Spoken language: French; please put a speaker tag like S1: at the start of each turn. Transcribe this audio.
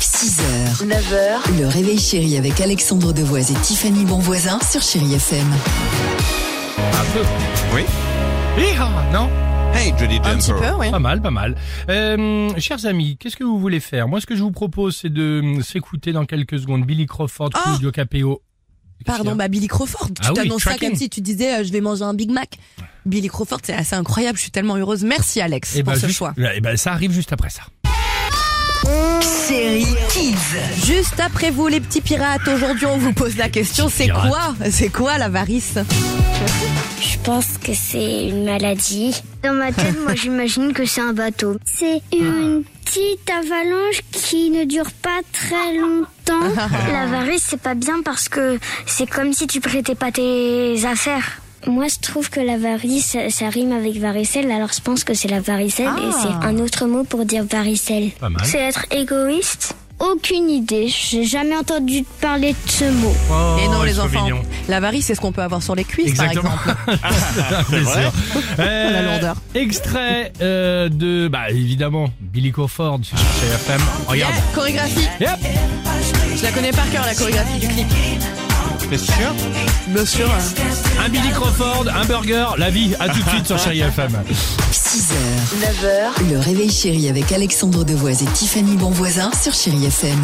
S1: 6h, 9h, le réveil chéri avec Alexandre Devoise et Tiffany Bonvoisin sur Chéri FM.
S2: Un peu.
S3: Oui.
S2: Hi-ha, non
S3: Hey, Jody
S4: Un petit peu, oui.
S2: Pas mal, pas mal. Euh, chers amis, qu'est-ce que vous voulez faire Moi, ce que je vous propose, c'est de hum, s'écouter dans quelques secondes Billy Crawford,
S4: Ah
S2: Claudio Capéo.
S4: Pardon, bah Billy Crawford. Tu
S2: Ah oui,
S4: t'annonces ça
S2: tracking.
S4: comme si tu disais euh, je vais manger un Big Mac. Billy Crawford, c'est assez incroyable. Je suis tellement heureuse. Merci Alex
S2: Et
S4: pour
S2: ben,
S4: ce
S2: juste-
S4: choix.
S2: Eh ben, ça arrive juste après ça.
S1: Série Kids.
S4: Juste après vous, les petits pirates. Aujourd'hui, on vous pose la question c'est
S2: pirates.
S4: quoi C'est quoi la varice
S5: Je pense que c'est une maladie. Dans ma tête, moi j'imagine que c'est un bateau. Ah. C'est une petite avalanche qui ne dure pas très longtemps. L'avarice, c'est pas bien parce que c'est comme si tu prêtais pas tes affaires. Moi, je trouve que la varice, ça, ça rime avec varicelle, alors je pense que c'est la varicelle et c'est un autre mot pour dire varicelle.
S2: Pas mal.
S5: C'est être égoïste Aucune idée, j'ai jamais entendu parler de ce mot.
S4: Et Eh non,
S2: Oh, ils
S4: les
S2: sont
S4: enfants.
S2: mignons.
S4: La varice, c'est ce qu'on peut avoir sur les cuisses, par
S2: Exactement.
S4: exemple. Oh,
S2: C'est sûr. Euh,
S4: La lourdeur.
S2: Extrait euh, de, bah évidemment, Billy Crawford sur Chéri FM. Regarde.
S4: Yeah, Eh, chorégraphie.
S2: Yep.
S4: Je la connais par cœur, la chorégraphie du clip.
S3: T'es sûr
S4: Bien sûr. hein.
S2: Un Billy Crawford, un burger, la vie. À tout de suite sur Chéri FM.
S1: 6h, 9h, le réveil chéri avec Alexandre Devoise et Tiffany Bonvoisin sur Chéri FM.